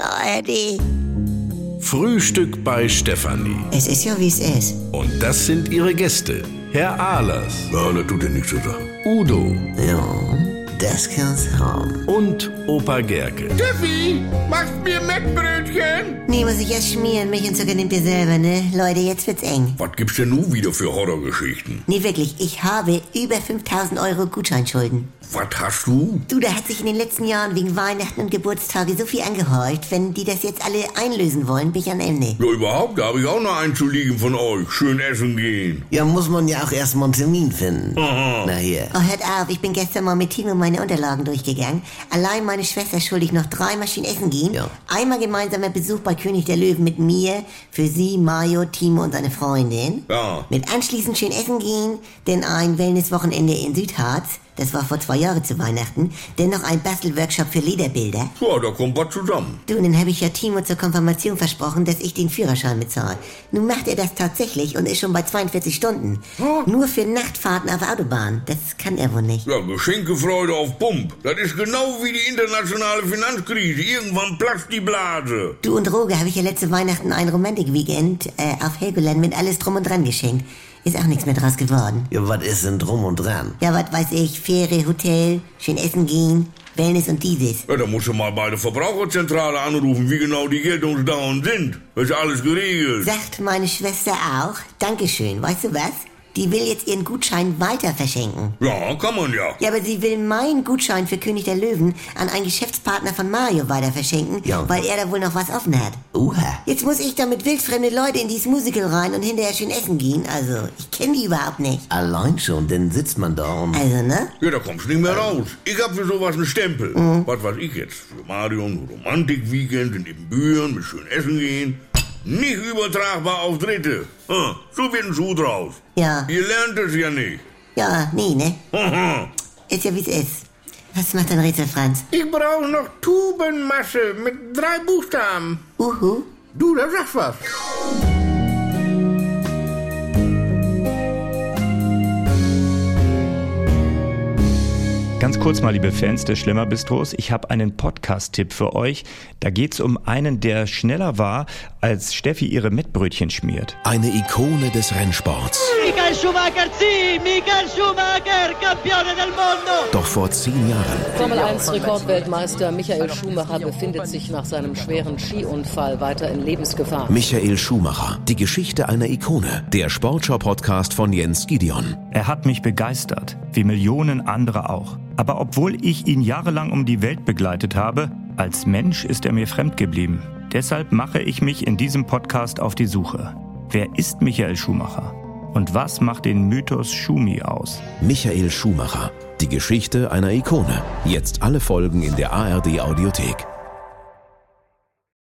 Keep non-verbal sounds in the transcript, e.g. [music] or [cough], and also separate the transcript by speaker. Speaker 1: ARD.
Speaker 2: Frühstück bei Stefanie.
Speaker 1: Es ist ja, wie es ist.
Speaker 2: Und das sind ihre Gäste. Herr Ahlers. Ja, das tut ja nichts zu sagen. Udo
Speaker 1: Ja, das kann's haben.
Speaker 2: und Opa Gerke.
Speaker 3: Steffi, machst mir Mettbrötchen?
Speaker 1: Nee, muss ich erst schmieren. Mich und Zucker nehmt ihr selber, ne? Leute, jetzt wird's eng.
Speaker 3: Was gibt's denn nun wieder für Horrorgeschichten?
Speaker 1: Nee, wirklich, ich habe über 5000 Euro Gutscheinschulden.
Speaker 3: Was hast du?
Speaker 1: Du, da hat sich in den letzten Jahren wegen Weihnachten und Geburtstage so viel angehäuft. Wenn die das jetzt alle einlösen wollen, bin ich am Ende.
Speaker 3: Ja, überhaupt, da habe ich auch noch einzuliegen von euch. Schön essen gehen.
Speaker 4: Ja, muss man ja auch erstmal einen Termin finden. Na hier.
Speaker 1: Oh, hört auf, ich bin gestern mal mit Tino meine Unterlagen durchgegangen. Allein meine Schwester schuldig noch dreimal schön essen gehen.
Speaker 4: Ja.
Speaker 1: Einmal gemeinsamer Besuch bei König der Löwen mit mir, für sie, Mario, Timo und seine Freundin.
Speaker 3: Ja.
Speaker 1: Mit anschließend schön essen gehen, denn ein Wellnesswochenende in Südharz, das war vor zwei Jahren zu Weihnachten, denn noch ein Bastelworkshop für Lederbilder.
Speaker 3: Ja, da kommt was zusammen.
Speaker 1: Du, und dann habe ich ja Timo zur Konfirmation versprochen, dass ich den Führerschein bezahle. Nun macht er das tatsächlich und ist schon bei 42 Stunden. Nur für Nachtfahrten auf Autobahn. Das kann er wohl nicht.
Speaker 3: Ja, Geschenkefreude auf Pump. Das ist genau wie die internationale Finanzkrise. Irgendwann platzt die Blase.
Speaker 1: Du und Roge habe ich ja letzte Weihnachten ein Romantik-Weekend äh, auf Helgoland mit alles drum und dran geschenkt. Ist auch nichts mehr draus geworden.
Speaker 4: Ja, was ist denn drum und dran?
Speaker 1: Ja, was weiß ich, Fähre, Hotel, schön essen gehen, Wellness und dieses.
Speaker 3: Ja, da musst du mal bei der Verbraucherzentrale anrufen, wie genau die Geltungsdauern sind. Ist alles geregelt.
Speaker 1: Sagt meine Schwester auch, Dankeschön, weißt du was? Die will jetzt ihren Gutschein weiter verschenken.
Speaker 3: Ja, kann man ja.
Speaker 1: Ja, aber sie will meinen Gutschein für König der Löwen an einen Geschäftspartner von Mario weiter verschenken,
Speaker 4: Ja.
Speaker 1: weil er da wohl noch was offen hat.
Speaker 4: Uha.
Speaker 1: Jetzt muss ich da mit wildfremde Leute in dieses Musical rein und hinterher schön essen gehen. Also, ich kenne die überhaupt nicht.
Speaker 4: Allein schon, denn sitzt man da und...
Speaker 1: Also, ne?
Speaker 3: Ja, da kommst du nicht mehr raus. Ich hab für sowas einen Stempel. Was weiß ich jetzt? Für Marion Romantik-Weekend in Ebenbüren, mit schön essen gehen. Nicht übertragbar auf Dritte. Hm, so wird ein Schuh draus.
Speaker 1: Ja,
Speaker 3: Ihr lernt es ja nicht. [laughs]
Speaker 1: ja, nee, ne?
Speaker 3: Haha.
Speaker 1: Ist ja wie's ist. Was macht dein Rätsel, Franz?
Speaker 5: Ich brauche noch Tubenmasche mit drei Buchstaben.
Speaker 1: Uhu.
Speaker 5: Du, da sagst was.
Speaker 6: Ganz kurz mal, liebe Fans des Schlemmerbistros, ich habe einen Podcast-Tipp für euch. Da geht's um einen, der schneller war, als Steffi ihre Mettbrötchen schmiert.
Speaker 7: Eine Ikone des Rennsports.
Speaker 8: Michael Schumacher, sì, Michael Schumacher, campione del mondo!
Speaker 7: Doch vor zehn Jahren
Speaker 9: Formel 1 Rekordweltmeister Michael Schumacher befindet sich nach seinem schweren Skiunfall weiter in Lebensgefahr.
Speaker 7: Michael Schumacher. Die Geschichte einer Ikone. Der Sportschau-Podcast von Jens Gideon.
Speaker 6: Er hat mich begeistert, wie Millionen andere auch. Aber obwohl ich ihn jahrelang um die Welt begleitet habe, als Mensch ist er mir fremd geblieben. Deshalb mache ich mich in diesem Podcast auf die Suche. Wer ist Michael Schumacher? Und was macht den Mythos Schumi aus?
Speaker 7: Michael Schumacher. Die Geschichte einer Ikone. Jetzt alle Folgen in der ARD Audiothek.